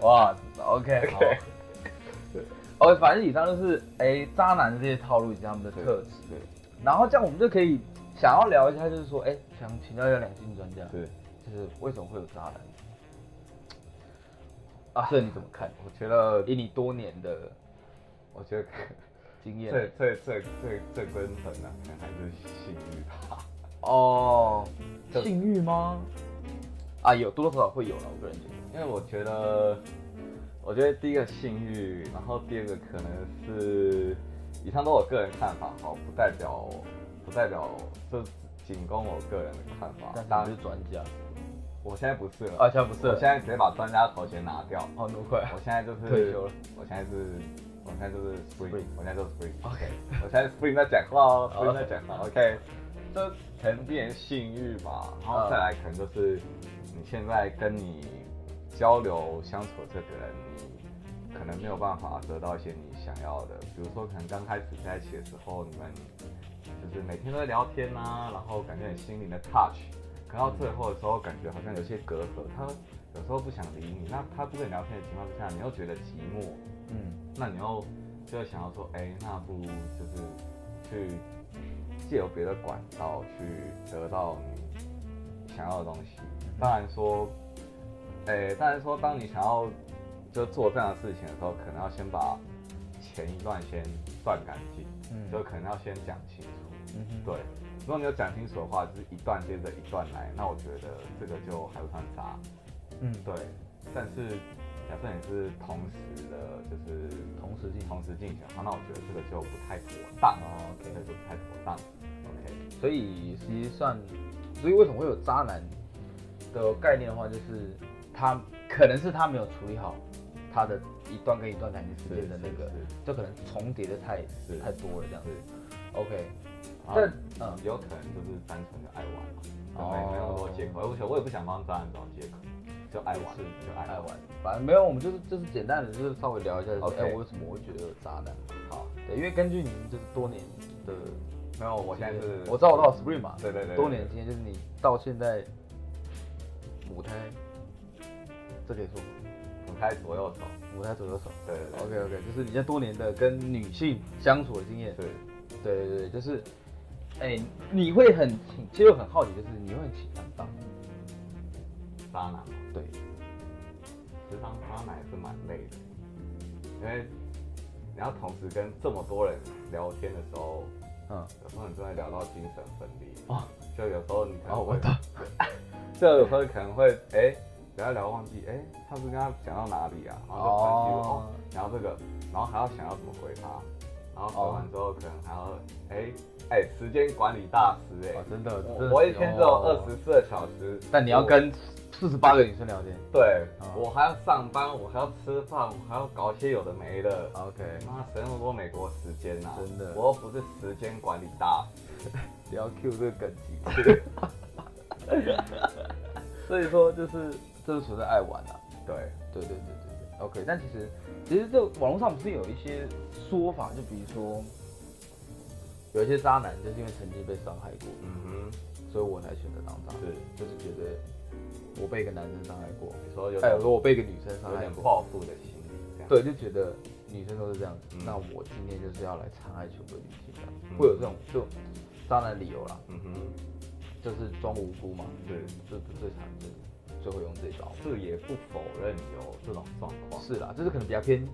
S1: 哇，OK，好
S2: OK，对
S1: 哦，反正以上就是哎渣男这些套路以及他们的特质。
S2: 对
S1: 然后这样我们就可以想要聊一下，就是说哎，想请教一下两性专家，
S2: 对，
S1: 就是为什么会有渣男？啊，这你怎么看？
S2: 我觉得，
S1: 以你多年的
S2: 我觉得
S1: 经验，
S2: 最最最最最根本的、可能还是性欲吧。
S1: 哦，
S2: 就
S1: 性欲吗？啊，有多多少少会有了，我个人觉得。
S2: 因为我觉得，我觉得第一个性欲，然后第二个可能是，以上都我个人看法哦，不代表不代表这仅供我个人的看法。
S1: 但啊是你是专家，
S2: 我现在不是了，
S1: 啊，现在不是
S2: 我
S1: 了，
S2: 现在直接把专家头衔拿掉，
S1: 哦，那么 快
S2: 我现在就是
S1: 退休了，
S2: 我现在是，我现在就是 spring，
S1: Spring
S2: 我现在就是 spring，
S1: ，OK，
S2: 我现在 spring 在讲话哦
S1: 好
S2: ，spring 在讲话，OK，这可能变性欲吧，然后再来可能就是你现在跟你交流相处的这个人，你可能没有办法得到一些你想要的，比如说可能刚开始在一起的时候，你们就是每天都在聊天啊，然后感觉很心灵的 touch，可到最后的时候感觉好像有些隔阂，他有时候不想理你，那他不跟你聊天的情况之下，你又觉得寂寞，
S1: 嗯，
S2: 那你又就会想要说，哎、那不如就是去借由别的管道去得到你想要的东西。当然说，哎、当然说，当你想要就做这样的事情的时候，可能要先把前一段先断干净，
S1: 嗯
S2: 就可能要先讲清楚。
S1: 嗯哼
S2: 对，如果你有讲清楚的话，就是一段接着一段来，那我觉得这个就还不算渣。
S1: 嗯，
S2: 对，但是假设你是同时的，就是
S1: 同时进行
S2: 同时进行的话，那我觉得这个就不太妥当
S1: 哦，OK
S2: 这个就不太妥当。OK，
S1: 所以实际上，所以为什么会有渣男的概念的话，就是他可能是他没有处理好他的一段跟一段感情之间的那个
S2: 是是，
S1: 就可能重叠的太
S2: 是
S1: 太多了这样子。
S2: 是，
S1: OK，
S2: 但
S1: 但嗯
S2: 有可能就是单纯的爱玩嘛，就
S1: 哦
S2: 没没有那么多借口，我不想我也不想帮渣男找借口，就爱玩，
S1: 是
S2: 就
S1: 爱
S2: 爱玩
S1: 玩。，反正没有，我们就是就是简单的，就是稍微聊一下，就是哎
S2: OK
S1: 我为什么会觉得有渣男？
S2: 好，
S1: 对，因为根据你就是多年的，
S2: 没有，我现在是，
S1: 我知道我到 Spring 嘛，
S2: 对对对对
S1: 多年经验就是你到现在母胎，这可以说吗？
S2: 我开左右手，
S1: 母胎左右手。
S2: 对对对
S1: OK OK，就是你这多年的跟女性相处的经验。
S2: 是
S1: 对对对，就是，哎、你会很倾，其实我很好奇，就是你会很倾向当
S2: 渣男嘛，
S1: 对，
S2: 其实当渣男也是蛮累的，因为你要同时跟这么多人聊天的时候，
S1: 嗯，
S2: 有时候你真的聊到精神分裂，
S1: 哦
S2: 就有时候你可能
S1: 哦，
S2: 会
S1: 我懂，
S2: 就有时候可能会哎，聊一聊忘记哎，上次跟他讲到哪里啊，然后就突然记住
S1: 哦
S2: 哦，然后这个，然后还要想要怎么回他，然后回完之后可能还要哎哎，时间管理大师哎
S1: 哦，真的，真
S2: 我
S1: 的
S2: 我一天只有二十
S1: 哦
S2: 四个小时，
S1: 但你要
S2: 我
S1: 跟四十八个女生聊天
S2: 对
S1: 哦，
S2: 我还要上班，我还要吃饭，我还要搞一些有的没的。
S1: ，OK，
S2: 妈，谁那么多美国时间呐、
S1: 哦真的
S2: 我又不是时间管理大师。
S1: 不要 Q 这个梗 几次， 所以说就是这是纯粹爱玩啊，
S2: 对，
S1: 对对对对对，OK。但其实，其实这网络上不是有一些说法，就比如说，有一些渣男就是因为曾经被伤害过，
S2: 嗯
S1: 所以我才选择当渣
S2: 哼，
S1: 男，
S2: 是。
S1: 就是觉得我被一个男生伤害过，
S2: 你说有
S1: 哎，
S2: 点、
S1: 我说我被一个女生伤
S2: 有
S1: 害
S2: 点
S1: 过，
S2: 报复的心理，这样。
S1: 对，就觉得女生都是这样子，
S2: 嗯
S1: 那我今天就是要来残害全部的女性，这样
S2: 嗯
S1: 会有这种就渣男理由啦，
S2: 嗯哼，
S1: 就是装无辜嘛，
S2: 是，
S1: 这不最常见的，就会用这招。
S2: 这也不否认有这种状况，
S1: 是啦，这是可能比较偏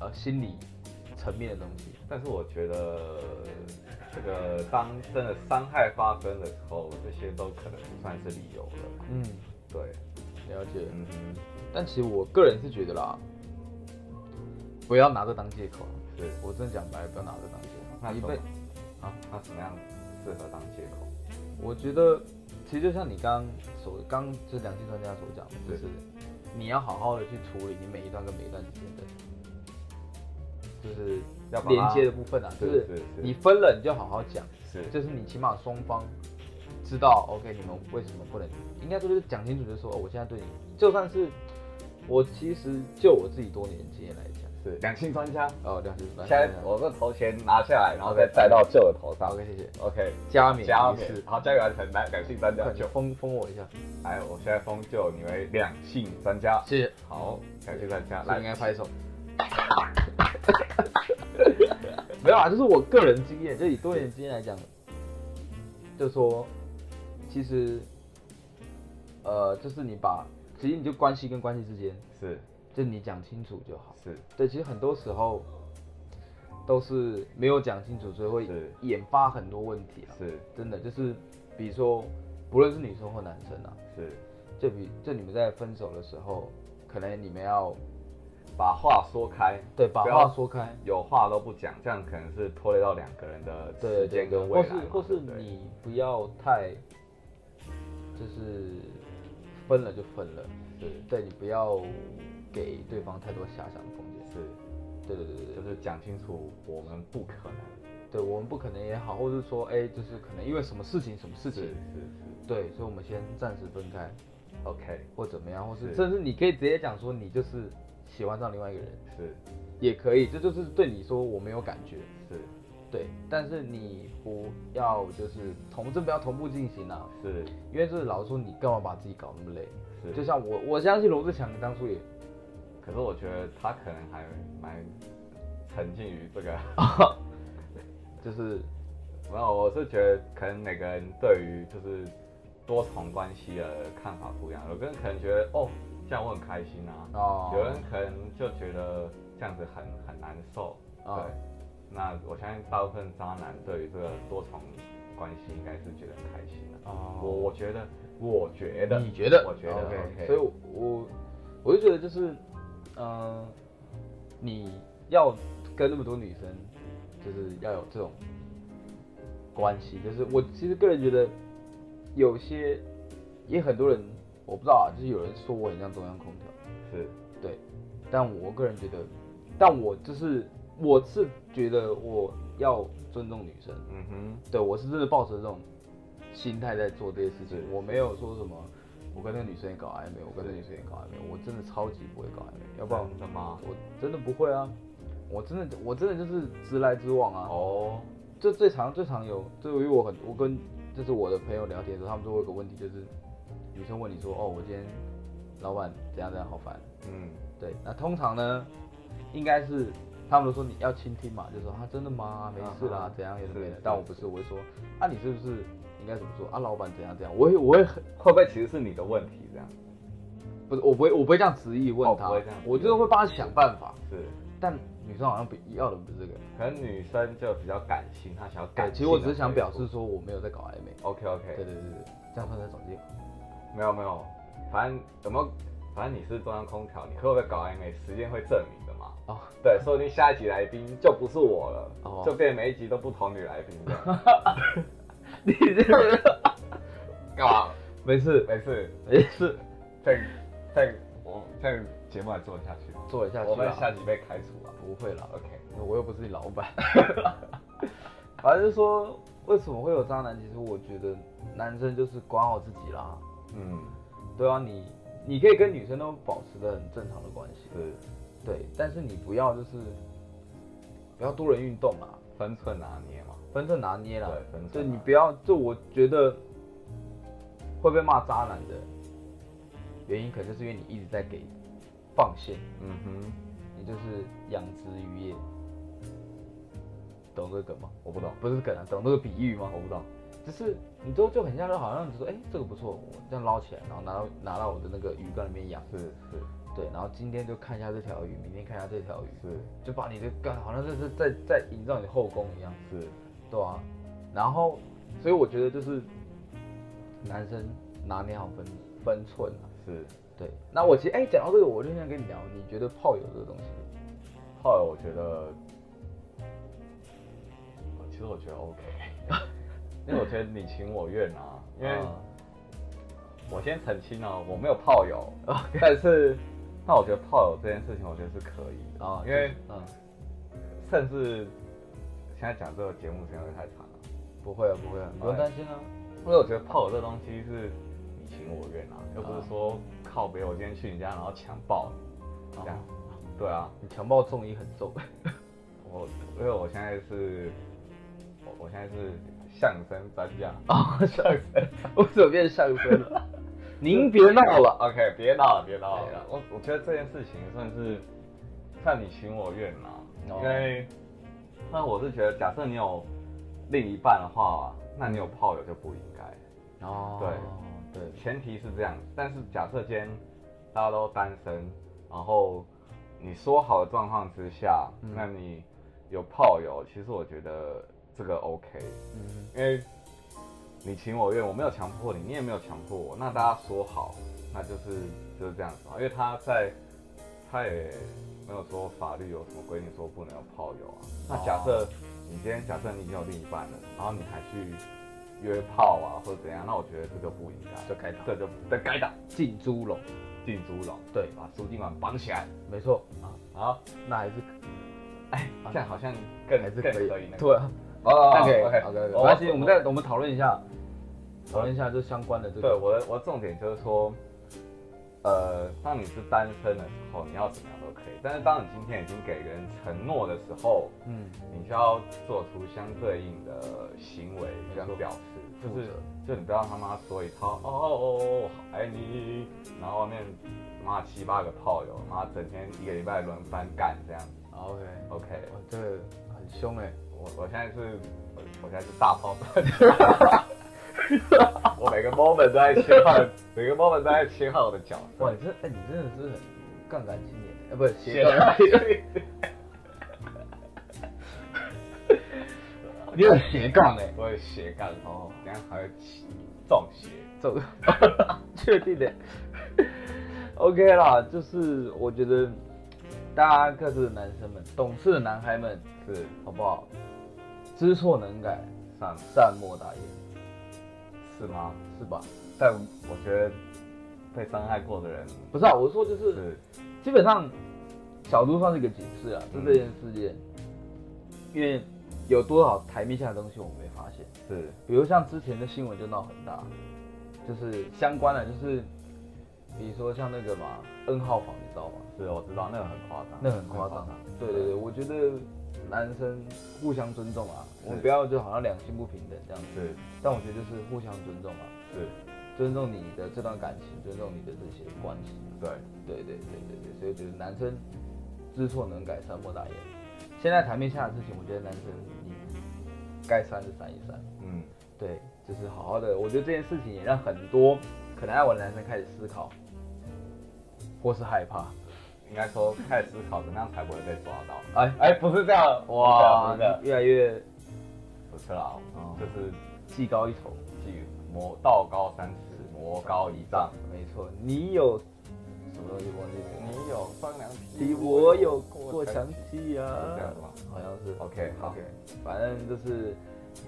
S1: 呃心理层面的东西。
S2: 但是我觉得这个当真的伤害发生的时候，这些都可能不算是理由了。
S1: 嗯，
S2: 对，
S1: 了解。
S2: 嗯哼，
S1: 但其实我个人是觉得啦，不要拿这当借口啦。
S2: 是。
S1: 我真的讲白了，不要拿这当借口。
S2: 那
S1: 你
S2: 怎
S1: 被
S2: 么啊？那什么样适合当借口？
S1: 我觉得其实就像你刚所刚就是两性专家所讲的，就
S2: 对
S1: 是你要好好的去处理你每一段跟每一段之间的，就是
S2: 要把它
S1: 连接的部分啊，就是是
S2: 是
S1: 你分了你就好好讲，
S2: 是
S1: 就是你起码双方知道 OK 你们为什么不能，应该说就是讲清楚，就是说、哦我现在对你，就算是我其实就我自己多年的经验来讲，
S2: 是两性专家。
S1: 哦，两性专
S2: 现
S1: 家
S2: 在我这头衔拿下来，然后再戴到舅的头上。
S1: OK 谢谢
S2: OK，
S1: 加冕
S2: 加
S1: 仪式
S2: 冕，好，加冕完成，来两性专家
S1: 快
S2: 舅
S1: 点。封封我一下，
S2: 来，哎我现在封就你为两性专家。
S1: 谢谢。
S2: 好，感谢大家。
S1: 来
S2: 来
S1: 应，该拍手。没有啊，就是我个人经验，就以多年经验来讲，就说其实，呃，就是你把，其实你就关系跟关系之间，
S2: 是
S1: 就你讲清楚就好。
S2: 是
S1: 对，其实很多时候都是没有讲清楚，所以会
S2: 是
S1: 引发很多问题啊。
S2: 是
S1: 真的就是，比如说，不论是女生或男生啊，
S2: 是，
S1: 就比就你们在分手的时候，可能你们要
S2: 把话说开，
S1: 对把
S2: 不要
S1: 话说开，
S2: 有话都不讲，这样可能是拖累到两个人的
S1: 对
S2: 时
S1: 对
S2: 间
S1: 对，
S2: 跟未
S1: 或
S2: 来
S1: 是
S2: 嘛。
S1: 或是
S2: 对不对
S1: 你不要太，就是分了就分了，
S2: 是
S1: 对你不要给对方太多遐想的空间。
S2: 是，
S1: 对对对对
S2: 就
S1: 对，
S2: 是讲清楚我们不可能
S1: 对我们不可能也好，或是说哎，就是可能因为什么事情什么事
S2: 是
S1: 情
S2: 是，是
S1: 对，所以我们先暂时分开，
S2: ，OK
S1: 或怎么样，或是
S2: 是
S1: 甚至你可以直接讲说你就是喜欢上另外一个人，
S2: 是
S1: 也可以，这就是对你说我没有感觉。
S2: 是
S1: 对，但是你不要就是同，这不要同步进行啊，
S2: 是
S1: 因为就是老实说，你干嘛把自己搞那么累？
S2: 是，
S1: 就像我，我相信罗志祥当初也，
S2: 可是我觉得他可能还蛮沉浸于这个，
S1: 就是
S2: 没有，我是觉得可能每个人对于就是多重关系的看法不一样，有个人可能觉得哦，这样我很开心啊，
S1: 哦，
S2: 有人可能就觉得这样子很很难受，
S1: 哦
S2: 对。那我相信大部分渣男对于这个多重关系应该是觉得很开心的、
S1: 哦
S2: 我我觉得，我觉得，
S1: 你觉得？哦
S2: 我觉得
S1: OK，,
S2: OK
S1: 所以我，我我就觉得就是，嗯、你要跟那么多女生，就是要有这种关系，就是我其实个人觉得，有些也很多人，我不知道啊，就是有人说我很像中央空调。
S2: 是
S1: 对，但我个人觉得，但我就是我是觉得我要尊重女生，
S2: 嗯哼，
S1: 对我是真的抱着这种心态在做这些事情
S2: 是，
S1: 我没有说什么。我跟那个女生也搞暧昧，我跟那个女生也搞暧昧，我真的超级不会搞暧昧，要不然
S2: 真的吗？
S1: 我真的不会啊，我真的我真的就是直来直往啊。
S2: 哦，
S1: 这最常最常有，就因为我很我跟就是我的朋友聊天的时候，他们都会有个问题，就是女生问你说，哦，我今天老板怎样怎样好烦，
S2: 嗯，
S1: 对，那通常呢，应该是他们都说你要倾听嘛，就说啊真的吗？没事啦，
S2: 啊哈
S1: 怎样也没
S2: 是
S1: 的
S2: 是。
S1: 但我不是，我会说啊你是不是应该怎么做啊？老板怎样怎样？我会我会很
S2: 会不会其实是你的问题这样？
S1: 不是我不会我不会这样执意问
S2: 哦
S1: 他，
S2: 不会这样
S1: 我就是会帮他想办法。
S2: 是，
S1: 但女生好像不要的不是这个，
S2: 可能女生就比较感性，她想要感啊
S1: 对，
S2: 性。
S1: 其实我只是想表示。说我没有在搞暧昧。
S2: OK
S1: 对
S2: OK，
S1: 对对对，这样算在找借口。
S2: 没有没有，反正有没有，反正你是中央空调，你会不会搞暧昧，时间会证明的嘛。
S1: 哦，
S2: 对，说不定下一集来宾就不是我了，
S1: 哦
S2: 就变每一集都不同女来宾 了。
S1: 你这 样
S2: 干嘛？
S1: 没事
S2: 没事，
S1: 没事，
S2: 这这我这节目还做得下去吗？
S1: 做一下去啊
S2: 我们
S1: 啦
S2: 下集被开除了。
S1: 不会啦。
S2: OK，
S1: 我又不是你老板。 反正就说为什么会有渣男，其实我觉得男生就是管好自己啦。
S2: 嗯，
S1: 对啊，你你可以跟女生都保持的很正常的关系，
S2: 是
S1: 对，但是你不要就是不要多人运动啦，
S2: 分寸拿捏嘛。
S1: 分寸拿捏啦，
S2: 对分寸
S1: 啊就
S2: 拿
S1: 你
S2: 捏
S1: 不要就我觉得会被骂渣男的原因，可能就是因为你一直在给放线，
S2: 嗯哼，
S1: 你就是养殖渔业，懂这个梗吗？
S2: 我不懂，
S1: 不是梗啊，懂那个比喻吗？我不懂，只是你都就很像，就好像你说，哎、这个不错，我这样捞起来，然后拿到拿到我的那个鱼缸里面养，
S2: 是是
S1: 对，然后今天就看一下这条鱼，明天看一下这条鱼，
S2: 是
S1: 就把你的干，好像就是在在营造你的后宫一样，
S2: 是，
S1: 对啊，然后，所以我觉得就是男生拿捏好分分寸啊，
S2: 是
S1: 对，那我其实哎，讲、到这个，我就想跟你聊，你觉得炮友这个东西，
S2: 后来呃 我觉得，其实我觉得 OK，因为我觉得你情我愿啊，因为
S1: 啊
S2: 我先澄清哦，我没有炮友，但是那我觉得炮友这件事情，我觉得是可以的，
S1: 啊，
S2: 因
S1: 就
S2: 为
S1: 是嗯，
S2: 甚至现在讲这个节目时间会太长了，
S1: 不会啊，不会啊，你不用担心啊。
S2: 因为我觉得炮友这东西是你情我愿啊，又不是说靠别我今天去你家然后强暴你这样，对啊，
S1: 你强暴重一很重，
S2: 我因为我现在是，我我现在是相声专家。
S1: 啊，上身，我怎么变上身了？ 您别闹了，
S2: OK，别闹了，别闹
S1: 对啊
S2: 了。我我觉得这件事情算是看你情我愿啦，
S1: 哦
S2: 因为那我是觉得，假设你有另一半的话，那你有炮友就不应该。
S1: 哦，对对，
S2: 前提是这样，但是假设今天大家都单身，然后你说好的状况之下，
S1: 嗯
S2: 那你有炮友，其实我觉得这个 OK，
S1: 嗯，
S2: 因为哎你情我愿，我没有强迫你，你也没有强迫我，那大家说好，那就是就是这样子啊。因为他在他也没有说法律有什么规定说不能有炮友啊。
S1: 哦
S2: 那假设你今天假设你已经有另一半了，然后你还去约炮啊或者怎样，那我觉得这就不应该，
S1: 就该打
S2: 这就这该打
S1: 进猪笼，
S2: 进猪笼，
S1: 对
S2: 把输精卵绑起来
S1: 没错，
S2: 啊。好，
S1: 那还是
S2: 哎，
S1: 啊
S2: 这样好像更
S1: 还是
S2: 更
S1: 可以，
S2: 那个。
S1: 对啊，
S2: 哦
S1: 那可以
S2: OK，
S1: ，OK，没
S2: 我
S1: 关系，我们
S2: 在。
S1: 再我们讨论一下，讨论一下这相关的这
S2: 对，
S1: 个，
S2: 我的我的重点就是说，呃，当你是单身的时候，你要怎么样都可以。但是当你今天已经给人承诺的时候，
S1: 嗯，
S2: 你就要做出相对应的行为
S1: 没错
S2: 跟表示，就
S1: 负
S2: 是
S1: 责
S2: 就你不要他妈说一套哦哦哦哦，我好爱你，然后外面妈七八个炮友，妈整天一个礼拜轮番干这样子。
S1: 好，OK，
S2: OK，
S1: 哇，这个很凶哎，
S2: 我我现在是，我我现在是大 炮，我每个 moment 都在切换，每个 moment 都在切换我的角色。
S1: 哇，你这哎，你真的是很杠杆青年，哎，不是斜
S2: 切
S1: 杠
S2: 换
S1: 杆，你有斜杠哎，
S2: 我有斜杠哦
S1: 哦，
S2: 等一下还会起撞邪。
S1: 走， 确定的。OK 啦，就是我觉得大家各自的男生们，懂事的男孩们，
S2: 是
S1: 好不好？知错能改，
S2: 上
S1: 善莫大焉，
S2: 是吗？
S1: 是吧？
S2: 但我觉得被伤害过的人
S1: 不是啊，我说就是，
S2: 是
S1: 基本上小猪算是一个警示啊，就这件事件，因为有多少台面下的东西我们没发现，
S2: 是
S1: 比如像之前的新闻就闹很大，就是相关的，就是比如说像那个嘛 N 号房，你知道吗？
S2: 是，我知道那个很夸张，
S1: 那很夸张。对对对，我觉得男生互相尊重啊，我们
S2: 是
S1: 不要就好像两性不平等这样子。
S2: 是
S1: 但我觉得就是互相尊重啊，
S2: 是，
S1: 尊重你的这段感情，尊重你的这些关系。
S2: 对，
S1: 对对对对对，所以我觉得男生知错能改，善莫大焉。现在台面下的事情，我觉得男生你该删就删一删，
S2: 嗯，
S1: 对，就是好好的。我觉得这件事情也让很多可能爱玩的男生开始思考，或是害怕。
S2: 应该说开始思考怎么样才不会被抓到。
S1: 哎
S2: 哎，不是这样，
S1: 哇
S2: 不是这样，
S1: 越来越
S2: 不是啦，
S1: 哦
S2: 就是
S1: 技高一筹。
S2: 继魔道高三尺，魔高一丈。
S1: 没错，你有什么东西忘记了？
S2: 你有双良
S1: 你我有过墙期啊
S2: 是这样子吗，
S1: 好像是。
S2: OK，好
S1: OK，反正就是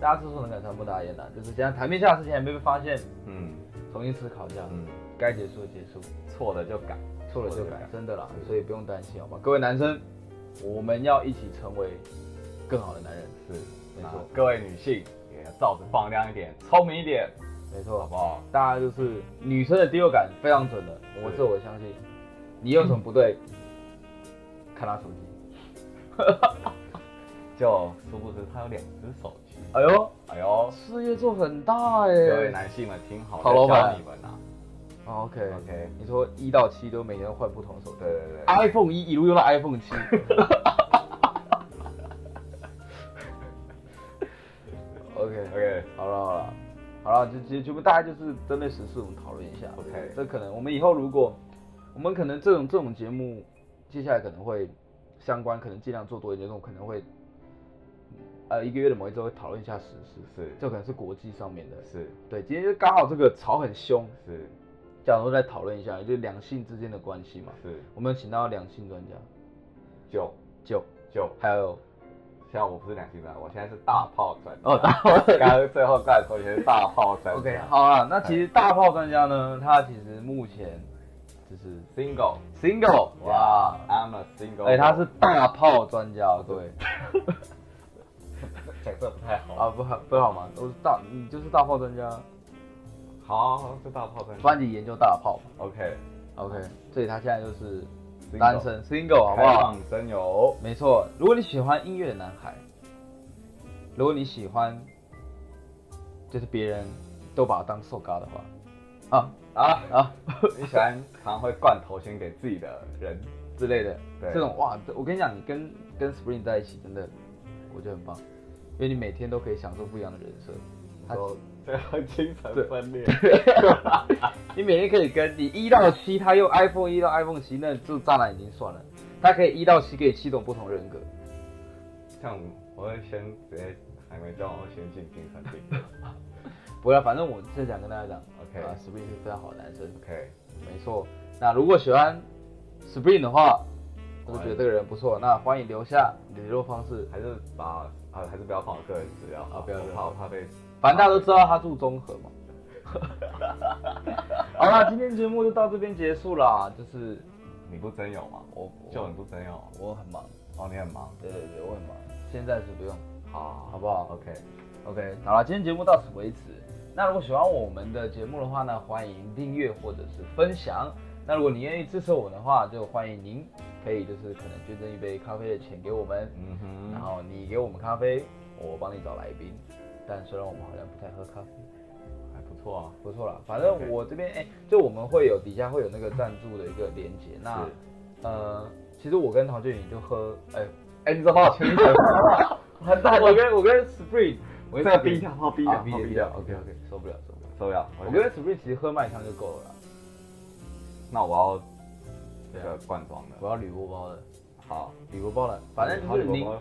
S1: 大家知错能改，善莫大焉啦。就是现在台面下的事情还没被发现，
S2: 嗯
S1: 重新思考一下，
S2: 嗯，
S1: 该结束的结束，
S2: 错了就改，
S1: 错了就改，真的啦，所以不用担心，好吧？各位男生，我们要一起成为更好的男人。啊
S2: 是
S1: 没
S2: 那
S1: 错
S2: 各位女性也要照着放亮一点，聪明一点，
S1: 没
S2: 好
S1: 错啊
S2: 不，好？
S1: 大家就是女生的第六感非常准的，我
S2: 是
S1: 这我相信。你有什么不对，看他手机。
S2: 就殊不知她有两只手机。
S1: 哎呦，
S2: 哎呦，
S1: 事业做很大哎、
S2: 各位男性们听好，
S1: 好老板
S2: 教你们啊。
S1: 啊 OK
S2: OK
S1: 你说一到七都每天换不同手机
S2: 对对对，
S1: ，iPhone 一一路用到 iPhone 七，OK
S2: OK，
S1: 好了好了好了，就就全部大家就是针对时事我们讨论一下
S2: OK
S1: 这可能我们以后如果我们可能这种这种节目接下来可能会相关，可能尽量做多一点，这种可能会。呃，一个月的某一周会讨论一下时事，
S2: 是
S1: 这可能是国际上面的，
S2: 是
S1: 对，今天就刚好这个吵很凶，
S2: 是
S1: 假如再讨论一下，就两性之间的关系嘛。
S2: 是，
S1: 我们有请到两性专家
S2: 就
S1: 九，
S2: 就
S1: 还有
S2: 像我不是两性转，我现在是大炮专家。
S1: 哦，大炮
S2: 刚刚最后再说，以前是大炮专家。
S1: OK，好啊。那其实大炮专家呢，他其实目前就是
S2: Single，
S1: single，哇，
S2: ，I'm a single。
S1: 哎，他是大炮专家哦，各位
S2: 角色不太好。
S1: 啊，不好不好嘛，都是大，你就是大炮专家，
S2: 好，好是大炮专家。
S1: 专辑研究大炮嘛
S2: OK，
S1: ，OK，所以他现在就是
S2: Single
S1: 单身 single，好不
S2: 开
S1: 好？
S2: 放真友。
S1: 没错，如果你喜欢音乐的男孩，如果你喜欢，就是别人都把他当瘦嘎的话，啊
S2: 啊，
S1: 啊
S2: 你喜欢常会灌头先给自己的人，
S1: 之类的，
S2: 对
S1: 这种哇，这我跟你讲，你跟跟 Spring 在一起，真的，我觉得很棒，因为你每天都可以享受不一样的人生。他
S2: 说这会精神分裂。
S1: 你每天可以跟你一到七，他用 iPhone 一到 iPhone 七，那就渣男已经算了，他可以一到七给你七种不同人格。
S2: 像我会先直接还没叫我先进精神 病。
S1: 不要，反正我是想跟大家讲
S2: OK
S1: 啊，Spring 是非常好的男生。
S2: OK，
S1: 没错。那如果喜欢 Spring 的话，我就觉得这个人不错，那欢迎留下你的联络方式。
S2: 还是把啊，还是不要放我个人资料
S1: 啊不要
S2: 我
S1: 不要
S2: 怕我怕被。
S1: 反正大家都知道他住中和 嘛。好啦，今天节目就到这边结束啦。就是
S2: 你不真有吗？
S1: 我
S2: 就你不真有吗，
S1: 我很忙，
S2: 哦，你很忙。
S1: 对对对，我很忙，现在是不用。
S2: 好，
S1: 好不好
S2: ？OK，
S1: OK，好了，今天节目到此为止。那如果喜欢我们的节目的话呢，欢迎订阅或者是分享。那如果你愿意支持我们的话，就欢迎您可以就是可能捐赠一杯咖啡的钱给我们，
S2: 嗯哼，
S1: 然后你给我们咖啡，我帮你找来宾。但虽然我们好像不太喝咖啡，
S2: 还不错啊。
S1: 不错啦，反正
S2: OK
S1: 我这边哎、就我们会有底下会有那个赞助的一个连接。那呃，其实我跟陶俊宇就喝，哎、哎、你知道 吗？全名很大，我跟我跟 Spring，我
S2: 这
S1: 跟
S2: 个
S1: Spring
S2: 逼掉，好逼
S1: 啊
S2: 掉，
S1: 逼
S2: 好
S1: 掉
S2: 逼
S1: 逼
S2: 掉
S1: 掉，OK OK，受不了受不了。
S2: 受不了。
S1: 我跟 Spring 其实喝麦香就够了啦，
S2: 那我要
S1: 啊
S2: 这个罐装的。
S1: 我要铝箔包的，
S2: 好，
S1: 铝箔包的，反正就是您
S2: 好我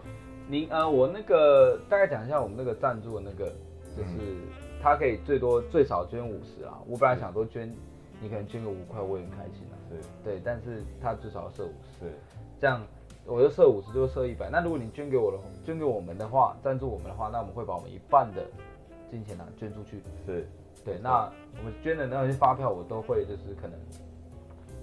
S1: 您呃，我那个大概讲一下我们那个赞助的那个，就是
S2: 嗯
S1: 他可以最多最少捐五十啊。我本来想说捐，你可能捐个五块，我也很开心啊。
S2: 是
S1: 对，但是他最少要设五十，
S2: 是
S1: 这样我就设五十，就设一百。那如果你捐给我的，捐给我们的话，赞助我们的话，那我们会把我们一半的金钱呢捐出去。
S2: 是，
S1: 对
S2: 没，错
S1: 那我们捐的那些发票，我都会就是可能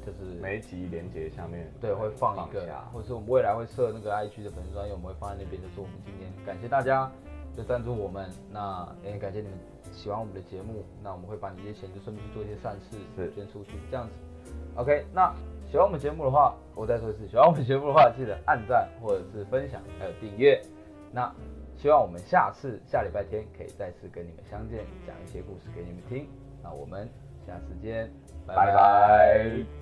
S1: 就是
S2: 每一集连接下面
S1: 对，会放一个，
S2: 下
S1: 或者是我们未来会设那个 IG 的粉丝专页，我们会放在那边，就是我们今天感谢大家就赞助我们，那也感谢你们喜欢我们的节目，那我们会把你这些钱就顺便去做一些善事，
S2: 是
S1: 捐出去这样子。OK，那喜欢我们节目的话，我再说一次，喜欢我们节目的话，记得按赞或者是分享，还有订阅。那希望我们下次下礼拜天可以再次跟你们相见，讲一些故事给你们听。那我们下次见，
S2: 拜拜